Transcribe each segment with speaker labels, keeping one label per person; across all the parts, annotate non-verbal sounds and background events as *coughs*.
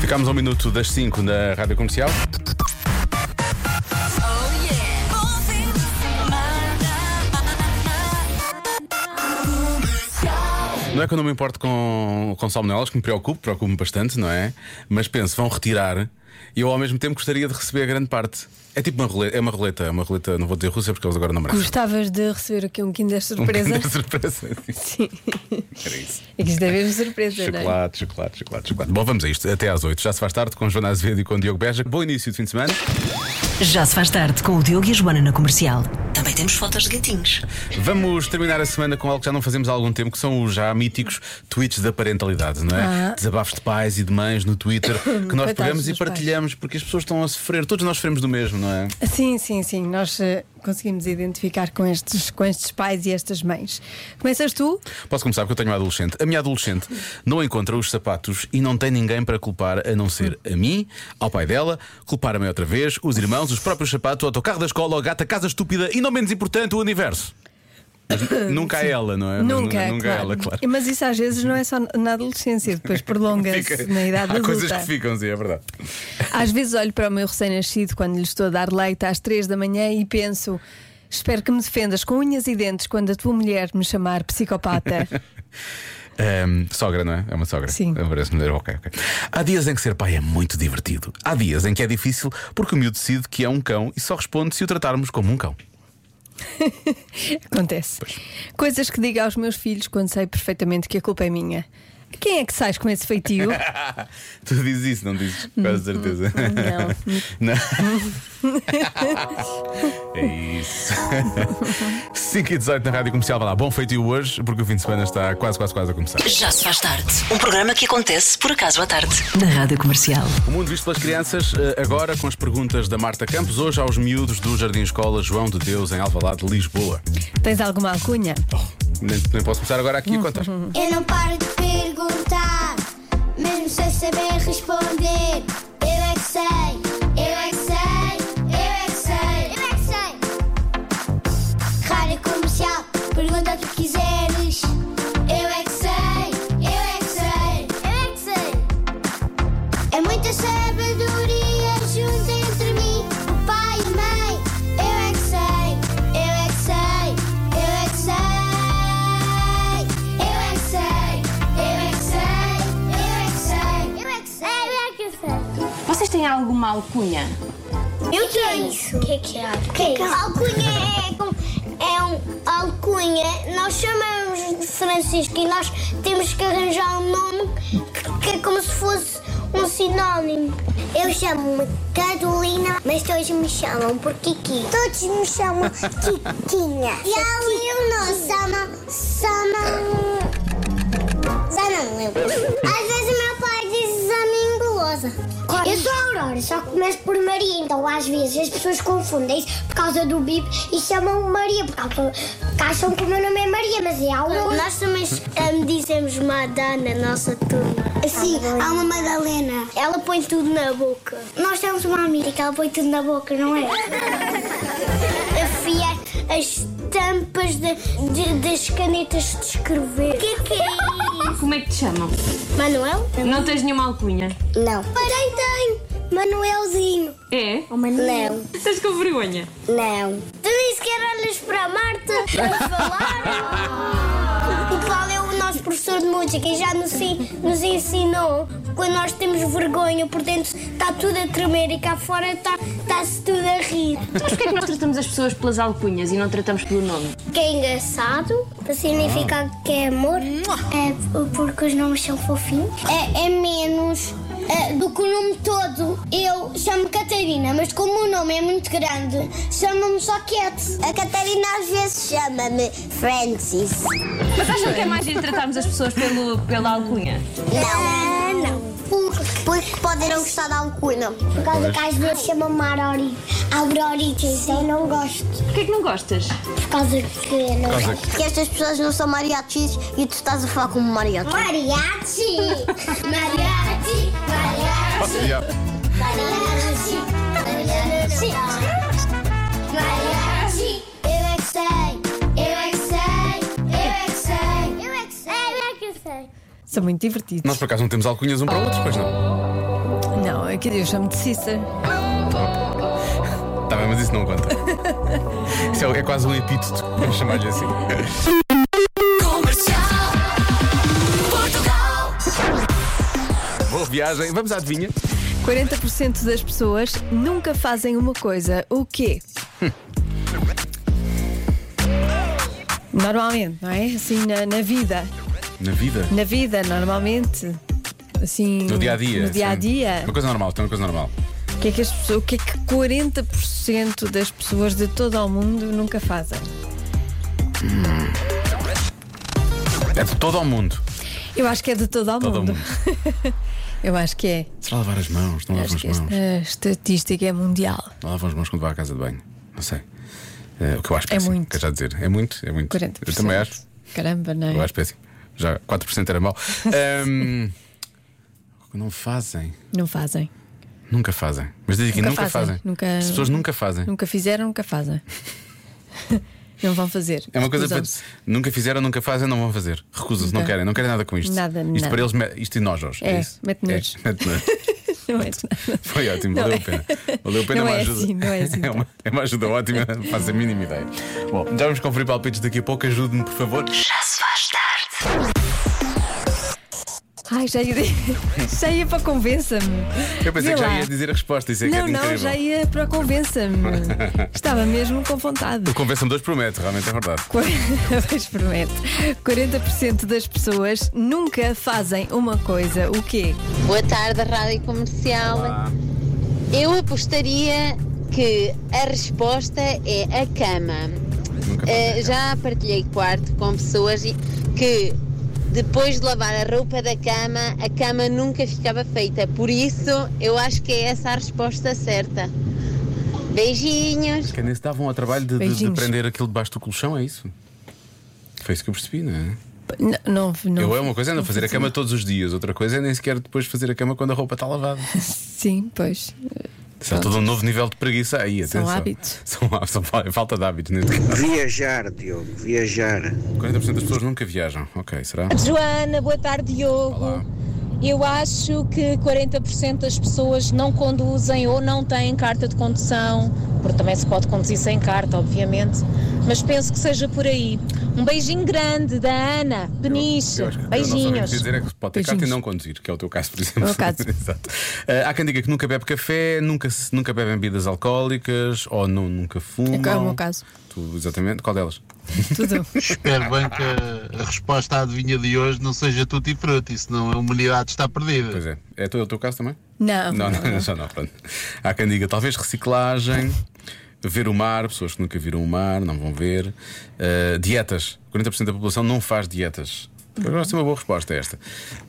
Speaker 1: Ficámos a um minuto das 5 na rádio comercial. Não é que eu não me importo com, com salmonelas, que me preocupo, preocupo-me bastante, não é? Mas penso, vão retirar e eu ao mesmo tempo gostaria de receber a grande parte. É tipo uma roleta, é uma roleta, é uma roleta, não vou dizer russa porque eles agora não merecem.
Speaker 2: Gostavas de receber aqui um Kinder
Speaker 1: Um *laughs*
Speaker 2: surpresa?
Speaker 1: Kinder surpresa.
Speaker 2: Sim.
Speaker 1: Era isso.
Speaker 2: É que isto é mesmo surpresa, não é?
Speaker 1: Chocolate, chocolate, chocolate, chocolate. Bom, vamos a isto. Até às 8. Já se faz tarde com Joana Azevedo e com Diogo Beja. Bom início de fim de semana.
Speaker 3: Já se faz tarde com o Diogo e a Joana na comercial. Também temos fotos de gatinhos.
Speaker 1: Vamos terminar a semana com algo que já não fazemos há algum tempo, que são os já míticos tweets da parentalidade, não é?
Speaker 2: Ah.
Speaker 1: Desabafos de pais e de mães no
Speaker 2: *coughs*
Speaker 1: Twitter que nós
Speaker 2: Coitados
Speaker 1: pegamos e
Speaker 2: dos pais.
Speaker 1: partilhamos porque as pessoas estão a sofrer, todos nós sofremos do mesmo, não é?
Speaker 2: Sim, sim, sim. Nós eh, conseguimos identificar com estes, com estes pais e estas mães. Começas tu?
Speaker 1: Posso começar porque eu tenho uma adolescente. A minha adolescente não encontra os sapatos e não tem ninguém para culpar a não ser a mim, ao pai dela, culpar-me outra vez, os irmãos, os próprios sapatos, o autocarro da escola, o gato, a casa estúpida e não menos importante, o universo. Mas *coughs* nunca é ela, não é?
Speaker 2: nunca,
Speaker 1: nunca é
Speaker 2: claro.
Speaker 1: ela, claro.
Speaker 2: Mas isso às vezes não é só na adolescência, depois prolonga-se na idade
Speaker 1: Há
Speaker 2: adulta.
Speaker 1: coisas que ficam, sim, é verdade.
Speaker 2: Às vezes olho para o meu recém-nascido quando lhe estou a dar leite às três da manhã e penso: espero que me defendas com unhas e dentes quando a tua mulher me chamar psicopata.
Speaker 1: Ahm, sogra, não é? É uma sogra.
Speaker 2: Sim.
Speaker 1: Parece mulher. Ok, ok. Há dias em que ser pai é muito divertido. Há dias em que é difícil porque o miúdo decide que é um cão e só responde se o tratarmos como um cão.
Speaker 2: Acontece. Coisas que digo aos meus filhos quando sei perfeitamente que a culpa é minha. Quem é que sais com
Speaker 1: *laughs*
Speaker 2: esse feitio?
Speaker 1: *laughs* Tu dizes isso, não dizes? Quase certeza. *laughs* Não. é
Speaker 2: *laughs*
Speaker 1: isso. 5 e 18 na rádio comercial. Vai lá, bom feitio hoje porque o fim de semana está quase, quase, quase a começar.
Speaker 3: Já se faz tarde. Um programa que acontece por acaso à tarde. Na rádio comercial.
Speaker 1: O mundo visto pelas crianças, eh, agora com as perguntas da Marta Campos, hoje aos miúdos do Jardim Escola João de Deus em Alvalade, Lisboa.
Speaker 2: Tens alguma alcunha?
Speaker 1: Nem, nem posso começar agora aqui a contar.
Speaker 2: Uhum.
Speaker 4: Eu não paro de perguntar, mesmo sem saber responder. Eu é que sei, eu é que sei, eu é que sei, eu é que sei. Rádio comercial, pergunta o que quiseres. Eu é que sei, eu é que sei, eu é que sei. É muita sabedoria junto entre mim, o pai e a mãe. Eu é que sei, eu é que sei, eu é que sei. Eu é que sei, eu é que sei, eu é que sei. Eu é que sei, eu é que sei.
Speaker 5: Vocês têm alguma alcunha?
Speaker 4: Eu tenho. O que é que é? Alcunha é, com- é um alcunha. Nós chamamos de Francisco e nós temos que arranjar um nome que- que é como se fosse um sinónimo. Eu chamo-me Carolina, mas todos me chamam por Kiki. Todos me *laughs* chamam Kikinha. E ali eu não chamam. chamam... Já não me lembro. Às vezes o meu pai diz exame gulosa. Eu sou a Aurora, só começo por Maria. Então às vezes as pessoas confundem-se por causa do bip e chamam Maria, por causa- porque acham que o meu nome é Maria, mas é Aurora. Nós também hum, dizemos Madana, nossa turma. Sim, há uma Madalena. Ela põe tudo na boca. Nós temos uma amiga que ela põe tudo na boca, não *laughs* é? afiar as tampas da- de- das canetas de escrever. O que é que é isso?
Speaker 5: Como é que te chamam?
Speaker 4: Manuel?
Speaker 5: Não tens nenhuma alcunha?
Speaker 4: Não. Parei, tenho. Manuelzinho.
Speaker 5: É?
Speaker 4: Não,
Speaker 5: Estás com vergonha?
Speaker 4: não. Tu nem sequer olhas para a Marta para falar. O Paulo é o nosso professor de música e já nos, en- nos ensinou que quando nós temos vergonha, por dentro está tudo a tremer e cá fora está- está-se tudo a rir.
Speaker 5: Mas porquê é que nós tratamos as pessoas pelas alcunhas e não tratamos pelo nome?
Speaker 4: que é engraçado, para significar que é amor, é porque os nomes são fofinhos. É, é menos é, do que o nome todo. Eu chamo Catarina, mas como o nome é muito grande, chama-me só Cat. A Catarina às vezes chama-me Francis.
Speaker 5: Mas acham que é mais giro tratarmos as pessoas pelo, pela alcunha?
Speaker 4: Não. não. Porque podem não gostar da alcuna. Por causa que às vezes chamam-me Aurori. Auroritas, eu não gosto.
Speaker 5: Porquê é que não gostas?
Speaker 4: Por causa que não
Speaker 1: causa
Speaker 4: Porque estas pessoas não são mariachis e tu estás a falar como mariachi. Mariachi! mariachi! Mariachi!
Speaker 1: Yeah.
Speaker 4: Mariachi! Mariachi! Mariachi! Eu é que sei! Eu é que sei! Eu é que sei! Eu é que sei! Eu é que sei!
Speaker 2: São muito
Speaker 1: Nós
Speaker 2: divertidos.
Speaker 1: por acaso não temos alcunhas um para o outro, pois não?
Speaker 2: aquilo eu chamo de Cícero.
Speaker 1: Tá bem, mas isso não
Speaker 2: *laughs*
Speaker 1: conta. Isso é, é quase um epíteto, vamos chamar-lhe assim. Boa viagem, vamos à adivinha.
Speaker 2: 40% das pessoas nunca fazem uma coisa. O quê? Normalmente, não é? Assim na, na vida.
Speaker 1: Na vida,
Speaker 2: Na vida, normalmente. Assim.
Speaker 1: no dia a dia.
Speaker 2: No dia a dia.
Speaker 1: Uma coisa normal, isto é uma coisa normal.
Speaker 2: O que é que as pessoas. O que é que 40% das pessoas de todo o mundo nunca fazem?
Speaker 1: É de todo ao mundo.
Speaker 2: Eu acho que é de todo o
Speaker 1: Todo ao
Speaker 2: mundo.
Speaker 1: mundo.
Speaker 2: *laughs* Eu acho que é.
Speaker 1: Será lavar as mãos? Não lavam
Speaker 2: Acho
Speaker 1: as
Speaker 2: que
Speaker 1: mãos.
Speaker 2: esta estatística é mundial.
Speaker 1: Não lavam as mãos quando vai à casa de banho. Não sei. É, o que eu acho
Speaker 2: É
Speaker 1: péssimo.
Speaker 2: muito.
Speaker 1: Quer já dizer? É muito, é muito.
Speaker 2: 40%.
Speaker 1: Eu também acho.
Speaker 2: Caramba, não é?
Speaker 1: Eu acho péssimo. Já 4% era
Speaker 2: *laughs*
Speaker 1: mau. Ahm, não fazem.
Speaker 2: Não fazem.
Speaker 1: Nunca fazem. Mas diz aqui,
Speaker 2: Nunca
Speaker 1: nunca
Speaker 2: fazem.
Speaker 1: fazem.
Speaker 2: Nunca-
Speaker 1: As pessoas nunca fazem.
Speaker 2: Nunca fizeram, nunca fazem. *laughs* não vão fazer.
Speaker 1: É uma coisa para.
Speaker 2: Recusam-se.
Speaker 1: Nunca fizeram, nunca fazem, não vão fazer. Recusam-se, não
Speaker 2: Nunca.
Speaker 1: querem, não querem nada com isto.
Speaker 2: Nada,
Speaker 1: isto
Speaker 2: nada.
Speaker 1: para eles, me- isto enoja-os.
Speaker 2: É,
Speaker 1: isso?
Speaker 2: mete nojo.
Speaker 1: É, mete nojo.
Speaker 2: Não é de nada.
Speaker 1: *laughs* Foi ótimo,
Speaker 2: Não
Speaker 1: valeu
Speaker 2: é.
Speaker 1: a pena. Valeu a pena,
Speaker 2: Não
Speaker 1: uma
Speaker 2: é
Speaker 1: ajuda.
Speaker 2: assim, não é assim,
Speaker 1: uma, *laughs* é uma ajuda ótima, não faço a mínima ideia. Bom, já vamos conferir palpites daqui a pouco, ajude-me, por favor.
Speaker 2: Ai, já ia,
Speaker 1: *laughs*
Speaker 2: já ia para o convença-me.
Speaker 1: Eu pensei
Speaker 2: Vê
Speaker 1: que já
Speaker 2: lá.
Speaker 1: ia dizer a resposta, isso é que
Speaker 2: Não,
Speaker 1: era
Speaker 2: não,
Speaker 1: incrível.
Speaker 2: já ia para
Speaker 1: *laughs*
Speaker 2: o convença-me. Estava mesmo com vontade.
Speaker 1: O Convença-me 2 promete, realmente é verdade.
Speaker 2: Qu- *laughs* Pois prometo. 40% das pessoas nunca fazem uma coisa. O quê?
Speaker 6: Boa tarde, Rádio Comercial. Eu apostaria que a resposta é a cama.
Speaker 1: Nunca
Speaker 6: Eh,
Speaker 1: fazem.
Speaker 6: já partilhei quarto com pessoas e- que depois de lavar a roupa da cama, a cama nunca ficava feita. Por isso, eu acho que é essa a resposta certa. Beijinhos!
Speaker 1: Que nem se davam ao trabalho de, de- de
Speaker 2: Beijinhos.
Speaker 1: prender aquilo debaixo do colchão, é isso? Foi isso que eu percebi, não é?
Speaker 2: N- Não, não,
Speaker 1: eu é uma coisa é não
Speaker 2: não
Speaker 1: fazer a
Speaker 2: fazia.
Speaker 1: cama todos os dias, outra coisa é nem sequer depois fazer a cama quando a roupa está lavada.
Speaker 2: *laughs* Sim, pois.
Speaker 1: Isso é todo um novo nível de preguiça aí,
Speaker 2: São
Speaker 1: atenção.
Speaker 2: hábitos.
Speaker 1: *laughs* São, são é falta de hábitos neste caso.
Speaker 7: Viajar, Diogo, viajar.
Speaker 1: 40% das pessoas nunca viajam. Ok, será?
Speaker 8: Joana, boa tarde, Diogo.
Speaker 1: Olá.
Speaker 8: Eu acho que 40% das pessoas não conduzem ou não têm carta de condução, porque também se pode conduzir sem carta, obviamente, mas penso que seja por aí. Um beijinho grande da Ana Peniche.
Speaker 1: Eu acho que o que O nosso amigo
Speaker 8: Beijinhos.
Speaker 1: quer dizer é que se pode ter carta e não conduzir, que é o teu caso, por exemplo.
Speaker 2: É o caso.
Speaker 1: *laughs* Exato. Ah, há quem diga que nunca bebe café, nunca, se- nunca bebem bebidas alcoólicas ou nu- nunca fumam.
Speaker 2: É o meu caso.
Speaker 1: Tu, exatamente. Qual delas? *laughs*
Speaker 2: Tudo.
Speaker 9: Espero bem que a- a resposta à adivinha de hoje não seja tutti frutti, senão a humanidade está perdida.
Speaker 1: Pois é. É tu- é o teu caso também?
Speaker 2: Não.
Speaker 1: Não, não, *laughs* já não, pronto. Há quem diga talvez reciclagem, ver o mar, pessoas que nunca viram o mar, não vão ver. Ah, dietas. 40% da população não faz dietas. Eu gosto de uma boa resposta a esta.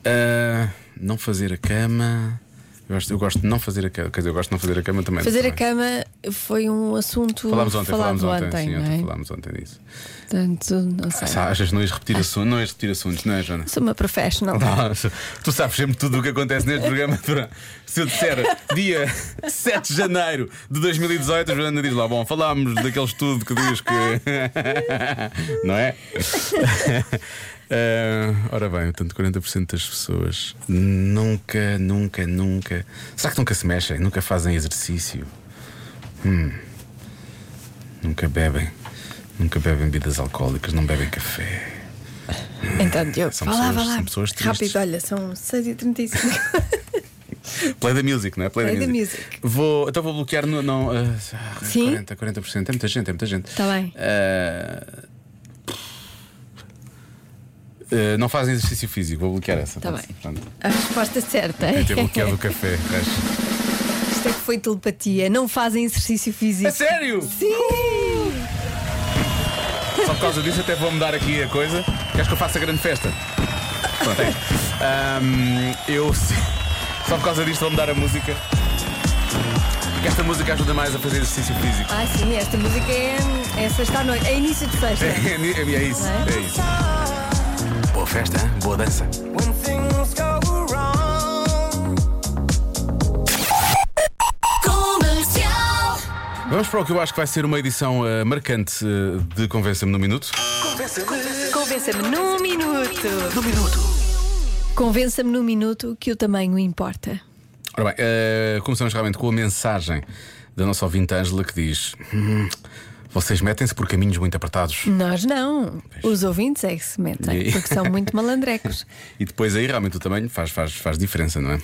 Speaker 1: Ah, não fazer a cama. Eu gosto, eu gosto de não fazer a cama. Quer dizer, eu gosto de não fazer a cama também.
Speaker 2: Fazer a
Speaker 1: também.
Speaker 2: cama foi um assunto
Speaker 1: Falámos ontem,
Speaker 2: falado
Speaker 1: falámos ontem, sim, ontem
Speaker 2: não é?
Speaker 1: falámos ontem disso.
Speaker 2: Portanto, não sei.
Speaker 1: Ah, achas que não ias repetir assuntos, não ias repetir assuntos, não é, Joana?
Speaker 2: Sou
Speaker 1: *laughs*
Speaker 2: uma professional.
Speaker 1: Nossa, tu sabes sempre tudo o que acontece neste programa. Durão. Se eu disser dia 7 de janeiro de 2018, a Joana diz lá: Bom, falámos daquele estudo que *laughs* diz que. Não é? *laughs* Ah, ora bem, portanto, 40% das pessoas nunca, nunca, nunca. Será que nunca se mexem? Nunca fazem exercício? Hum. Nunca bebem. Nunca bebem bebidas alcoólicas, não bebem café.
Speaker 2: Então, Diogo,
Speaker 1: São
Speaker 2: vá lá,
Speaker 1: pessoas-
Speaker 2: vá lá.
Speaker 1: são pessoas tristes.
Speaker 2: Rápido, olha, são
Speaker 1: *laughs*
Speaker 2: 6h35.
Speaker 1: Play the music, não é?
Speaker 2: Play the music.
Speaker 1: Vou, então vou bloquear no. Não, ah,
Speaker 2: Sim?
Speaker 1: 40, 40%. É muita gente, é muita gente.
Speaker 2: Tá bem.
Speaker 1: Ah, ah, não fazem exercício físico, vou bloquear essa.
Speaker 2: Tá bem.
Speaker 1: Portanto,
Speaker 2: A resposta certa é.
Speaker 1: devia ter bloqueado o café. acho.
Speaker 2: *laughs* Isto é que foi telepatia. Não fazem exercício físico.
Speaker 1: É sério?
Speaker 2: Sim!
Speaker 1: Só por causa disso, até vou mudar aqui a coisa. Queres que eu faça grande festa? Pronto, é. Ahm, eu. se- Só por causa disto, vou mudar a música. Porque esta música ajuda mais a fazer exercício físico.
Speaker 2: Ah, sim, esta música é. Essa está à noite. É início de sexta.
Speaker 1: É, é- é isso, é isso. Boa festa, hein? boa dança. Vamos para o que eu acho que vai ser uma edição eh, marcante eh, de Convença-me no Minuto.
Speaker 2: Convença-me num minuto. Num minuto. Convença-me num minuto que o tamanho importa.
Speaker 1: Ora bem, eh, começamos realmente com a mensagem da nossa ouvinte Ângela que diz: "Hum, Vocês metem-se por caminhos muito apertados.
Speaker 2: Nós não. Os ouvintes é que
Speaker 1: E
Speaker 2: se
Speaker 1: aí?
Speaker 2: metem, porque são
Speaker 1: *laughs*
Speaker 2: muito malandrecos.
Speaker 1: E depois aí realmente o tamanho faz, faz, faz diferença, não é?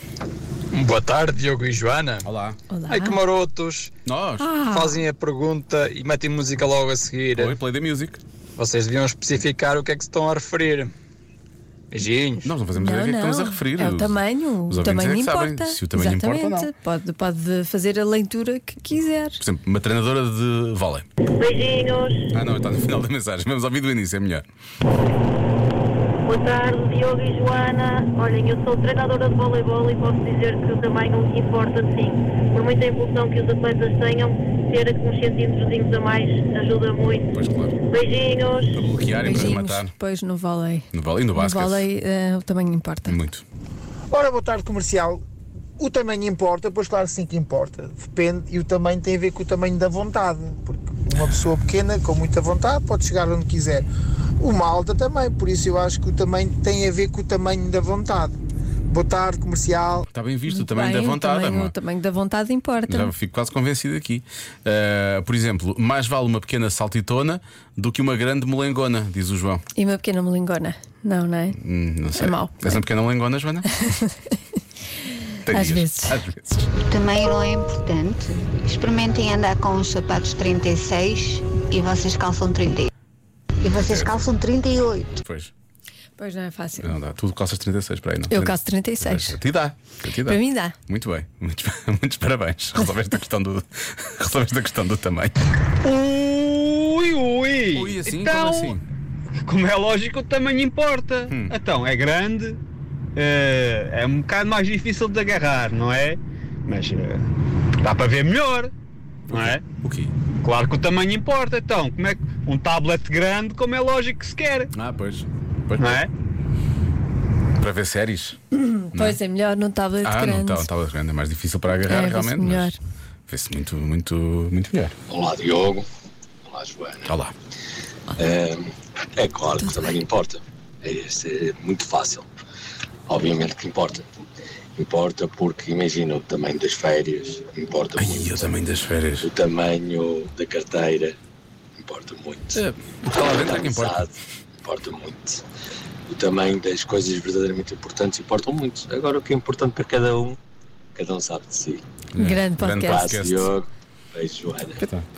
Speaker 10: Boa tarde, Diogo e Joana.
Speaker 1: Olá.
Speaker 2: Olá.
Speaker 10: Ai que marotos!
Speaker 1: Nós.
Speaker 11: Ah.
Speaker 10: Fazem a pergunta e metem música logo a seguir.
Speaker 1: Oi, Play the Music.
Speaker 10: Vocês deviam especificar o que é que se estão a referir. Beijinhos.
Speaker 1: Nós não fazemos
Speaker 2: Não,
Speaker 1: ideia do que é que
Speaker 2: não.
Speaker 1: estamos a referir.
Speaker 2: É o
Speaker 1: Os-
Speaker 2: tamanho.
Speaker 1: os
Speaker 2: o
Speaker 1: ouvintes
Speaker 2: tamanho
Speaker 1: é que sabem
Speaker 2: importa.
Speaker 1: se o tamanho importa ou
Speaker 2: Exatamente.
Speaker 1: não.
Speaker 2: Pode, pode fazer a leitura que quiser.
Speaker 1: Por exemplo, uma treinadora de vôlei.
Speaker 12: Beijinhos.
Speaker 1: Ah, não, está no final da mensagem. Vamos ouvir do início, é melhor.
Speaker 12: Boa tarde, Diogo e Joana. Olhem, eu sou treinadora de voleibol e posso dizer que o tamanho importa sim. Por muita impulsão que os atletas tenham, ter uns centímetros a mais ajuda muito.
Speaker 1: Pois claro.
Speaker 12: Beijinhos.
Speaker 1: Para bloquear e para
Speaker 2: Beijinhos.
Speaker 1: rematar.
Speaker 2: Depois no vôlei.
Speaker 1: No vôlei e no
Speaker 2: No
Speaker 1: basquete.
Speaker 2: vôlei eh, o tamanho importa.
Speaker 1: Muito.
Speaker 13: Ora, boa tarde comercial. O tamanho importa? Pois claro, sim que importa. Depende, e o tamanho tem a ver com o tamanho da vontade. Porque uma pessoa pequena, com muita vontade, pode chegar onde quiser. Uma alta também, por isso eu acho que o tamanho tem a ver com o tamanho da vontade. Boa tarde, comercial.
Speaker 1: Está bem visto, o
Speaker 2: Muito
Speaker 1: tamanho
Speaker 2: bem,
Speaker 1: da
Speaker 2: o
Speaker 1: vontade,
Speaker 2: tamanho-
Speaker 1: amor.
Speaker 2: O tamanho da vontade importa.
Speaker 1: Já fico quase convencido aqui. Ah, por exemplo, mais vale uma pequena saltitona do que uma grande molengona, diz o João.
Speaker 2: E uma pequena melingona. Não, não é?
Speaker 1: Hum, não sei.
Speaker 2: É mau.
Speaker 1: És uma pequena molengona,
Speaker 2: *laughs*
Speaker 1: Joana? Tem
Speaker 2: Às
Speaker 1: dias.
Speaker 2: vezes.
Speaker 1: Às vezes.
Speaker 14: Também não é importante. Experimentem andar com os sapatos 36 e vocês calçam 38. E vocês calçam 38.
Speaker 1: Pois.
Speaker 2: Pois não é fácil.
Speaker 1: Não dá. Tu calças 36 para aí, não?
Speaker 2: Eu calço 36.
Speaker 1: A ti dá. A ti dá.
Speaker 2: Para mim dá.
Speaker 1: Muito bem. Muitos, *laughs* muitos parabéns. Resolveste a questão do, *laughs* resolveste a questão do tamanho.
Speaker 15: Ui, ui!
Speaker 1: Ui, assim,
Speaker 15: então,
Speaker 1: como assim?
Speaker 15: como é lógico, o tamanho importa. Então, é grande, eh, é um bocado mais difícil de agarrar, não é? Mas eh, dá para ver melhor, não é?
Speaker 1: O quê?
Speaker 15: Claro que o tamanho importa, então, como é que um tablet grande, como é lógico que se quer?
Speaker 1: Ah, pois. pois
Speaker 15: não é?
Speaker 1: Para ver séries?
Speaker 2: Pois é melhor num tablet
Speaker 1: ah, não,
Speaker 2: grande.
Speaker 1: tá- um tablet grande. É mais difícil para agarrar,
Speaker 2: É, vê-se
Speaker 1: realmente.
Speaker 2: melhor.
Speaker 1: mas Vê-se muito, muito, muito melhor. Tá
Speaker 11: Olá Diogo, olá Joana.
Speaker 1: Olá.
Speaker 11: É, é claro que também importa. É, é muito fácil. Obviamente que importa. Importa porque imagina o tamanho das férias, importa muito.
Speaker 1: O tamanho das férias.
Speaker 11: O tamanho da carteira importa muito.
Speaker 1: É, o que está lá dentro é que importa.
Speaker 11: Amizade, importa muito. O tamanho das coisas verdadeiramente importantes importam muito. Agora o que é importante para cada um, cada um sabe de si.
Speaker 2: Grande podcast.
Speaker 11: Abraço, Diogo. Beijo, Joana.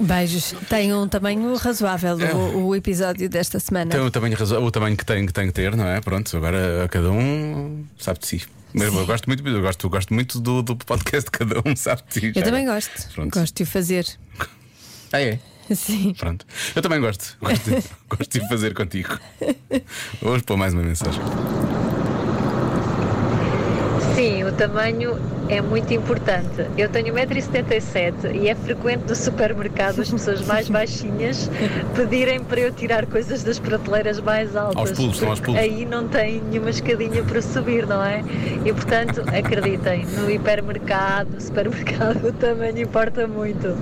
Speaker 2: Beijos. Tem um tamanho razoável
Speaker 1: É. Então,
Speaker 2: o, o episódio desta semana.
Speaker 1: Tem o tamanho, razo- o tamanho que, tem, que tem que ter, não é? Pronto, agora a cada um sabe de si. Mas eu gosto muito, eu gosto, eu gosto muito do, do podcast de cada um *laughs* sabe de si.
Speaker 2: Eu
Speaker 1: Já.
Speaker 2: também gosto.
Speaker 1: Pronto.
Speaker 2: Gosto de o fazer.
Speaker 1: Ah, é?
Speaker 2: Sim.
Speaker 1: Pronto. Eu também gosto. Gosto
Speaker 2: *laughs*
Speaker 1: de, gosto de fazer contigo. Hoje pôr mais uma mensagem.
Speaker 16: Sim, o tamanho é muito importante. Eu tenho 1,77m e é frequente no supermercado as pessoas mais baixinhas pedirem para eu tirar coisas das prateleiras mais altas.
Speaker 1: Aos pulos, são aos
Speaker 16: porque
Speaker 1: pulos.
Speaker 16: Aí não tem nenhuma escadinha para subir, não é? E portanto, acreditem, no hipermercado, supermercado, *laughs* o tamanho importa muito.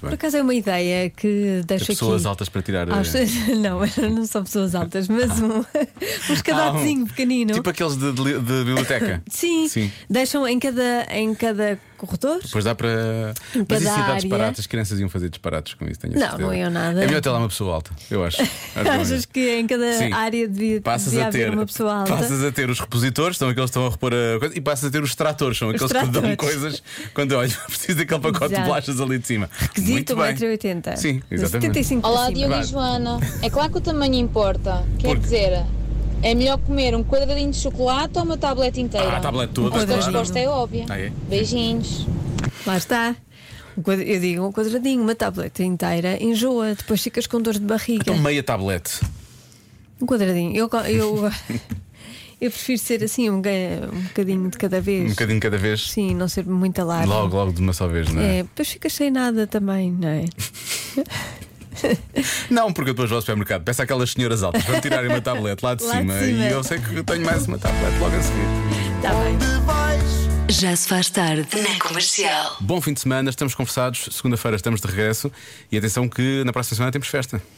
Speaker 2: Por acaso é uma ideia que deixo
Speaker 1: Pessoas
Speaker 2: aqui.
Speaker 1: altas para tirar.
Speaker 2: Aos-
Speaker 1: eh,
Speaker 2: *laughs* Não, não são pessoas altas, mas um, *laughs* um escadotezinho
Speaker 1: Ah, um-
Speaker 2: pequenino.
Speaker 1: Tipo aqueles de, de- de biblioteca.
Speaker 2: *laughs* Sim,
Speaker 1: Sim.
Speaker 2: deixam em cada, em cada corredor. *laughs*
Speaker 1: Depois dá para.
Speaker 2: Em
Speaker 1: Mas
Speaker 2: cada
Speaker 1: isso dá
Speaker 2: área.
Speaker 1: disparates, as crianças iam fazer disparates com isso, tenho a
Speaker 2: Não,
Speaker 1: certeza.
Speaker 2: não iam nada.
Speaker 1: É melhor ter lá uma pessoa alta, eu
Speaker 2: *laughs*
Speaker 1: acho. é Acho
Speaker 2: Achas que em cada
Speaker 1: Sim.
Speaker 2: área devia,
Speaker 1: Passas
Speaker 2: devia
Speaker 1: a ter
Speaker 2: haver uma pessoa alta?
Speaker 1: Passas a ter os repositores, são aqueles que estão a repor a coisa, e passas a ter os tratores, são
Speaker 2: Os
Speaker 1: aqueles que dão
Speaker 2: tratores.
Speaker 1: coisas quando olham, *laughs* preciso daquele pacote de
Speaker 2: Exato.
Speaker 1: bolachas ali de cima.
Speaker 2: Requisito
Speaker 1: Muito bem.
Speaker 2: 1,80m.
Speaker 1: Sim, exatamente.
Speaker 8: Olá,
Speaker 1: Sim,
Speaker 8: Diogo e
Speaker 1: verdade.
Speaker 8: Joana. É claro que o tamanho importa. Quer
Speaker 1: Porque-
Speaker 8: dizer, é melhor comer um quadradinho de chocolate ou uma tablete inteira?
Speaker 1: Ah, a tablet toda,
Speaker 8: Porque A
Speaker 1: claro.
Speaker 8: resposta é óbvia.
Speaker 1: Ah, é?
Speaker 8: Beijinhos.
Speaker 2: Lá está. Um quadra- Eu digo um quadradinho, uma tableta inteira, enjoa, depois ficas com dor de barriga.
Speaker 1: Então, meia tablete.
Speaker 2: Um quadradinho. Eu, go- eu, *laughs* eu prefiro ser assim, um, ga- um bocadinho de cada vez.
Speaker 1: Um bocadinho cada vez.
Speaker 2: Sim, não ser muito largo.
Speaker 1: Logo, logo de uma só vez, não é?
Speaker 2: É, depois ficas sem nada também, não é?
Speaker 1: Não, porque eu depois vou ao supermercado. Peço àquelas senhoras altas para me tirarem uma tablete lá de,
Speaker 2: Lá de
Speaker 1: cima,
Speaker 2: cima. Tá
Speaker 1: E eu sei que eu tenho mais uma tablete logo a seguir.
Speaker 3: Já se faz tarde na comercial.
Speaker 1: Bom fim de semana, estamos conversados. Segunda-feira estamos de regresso. E atenção que na próxima semana temos festa.
Speaker 2: *laughs*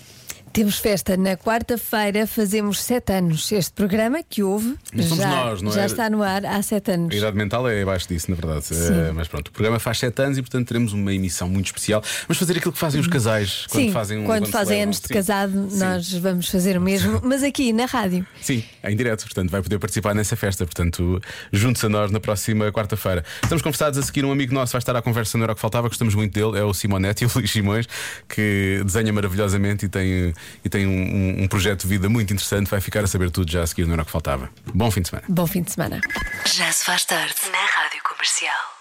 Speaker 2: Temos festa na quarta-feira, fazemos sete anos. Este programa que houve
Speaker 1: Mas somos
Speaker 2: já,
Speaker 1: nós, não é?
Speaker 2: já está no ar há sete anos.
Speaker 1: A idade mental é abaixo disso, na verdade.
Speaker 2: Sim.
Speaker 1: Eh, mas pronto, o programa faz 7 anos e, portanto, teremos uma emissão muito especial. Vamos fazer aquilo que fazem os casais quando
Speaker 2: Sim,
Speaker 1: fazem um.
Speaker 2: quando fazem
Speaker 1: celebram.
Speaker 2: anos de
Speaker 1: Sim.
Speaker 2: casado, nós vamos fazer
Speaker 1: *laughs*
Speaker 2: o mesmo, mas aqui na rádio.
Speaker 1: Sim, é em direto, portanto, vai poder participar nessa festa. Portanto, junte-se a nós na próxima quarta-feira. Estamos conversados a seguir. Um amigo nosso vai estar à conversa no Era o que Faltava, gostamos muito dele, é o Simonetti, *laughs* o Luís Simões, que desenha maravilhosamente e tem, e tem um- um, um projeto de vida muito interessante. Vai ficar a saber tudo já a seguir no Era o que Faltava. Bom fim de semana.
Speaker 2: Bom fim de semana.
Speaker 3: Já se faz tarde na Rádio Comercial.